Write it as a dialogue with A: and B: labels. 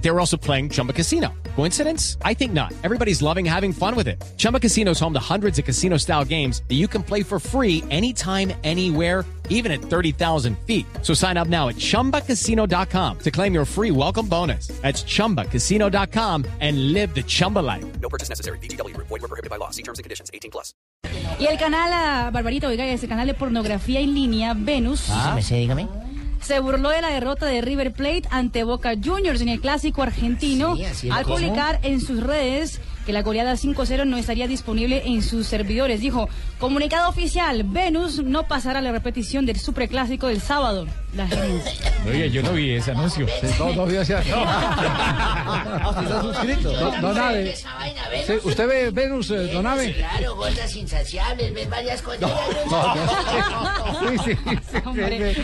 A: They were also playing Chumba Casino. Coincidence? I think not. Everybody's loving having fun with it. Chumba Casino is home to hundreds of casino style games that you can play for free anytime, anywhere even at 30,000 feet. So sign up now at ChumbaCasino.com to claim your free welcome bonus. That's ChumbaCasino.com and live the Chumba life.
B: No purchase necessary. BGW. Void were prohibited by law. See terms and conditions. 18 plus.
C: Y el canal, ah, Barbarita, oiga, ese canal de pornografía en línea, Venus,
D: Ah.
E: Dígame, sí, dígame.
C: se burló de la derrota de River Plate ante Boca Juniors en el clásico argentino
E: Sí, así es la
C: al
E: cosa.
C: publicar en sus redes que la goleada 5-0 no estaría disponible en sus servidores. Dijo, comunicado oficial, Venus no pasará a la repetición del superclásico del sábado. La gerencia.
F: Oye, yo no vi ese anuncio.
D: No, Ah, no, vio hacia- no. Don- Don Ave. Sí, ¿Usted ve Venus, eh, Don Ave?
E: Claro, gordas insaciables, ves varias cosas.
D: Sí, sí, sí, sí,
C: Hombre.
D: sí.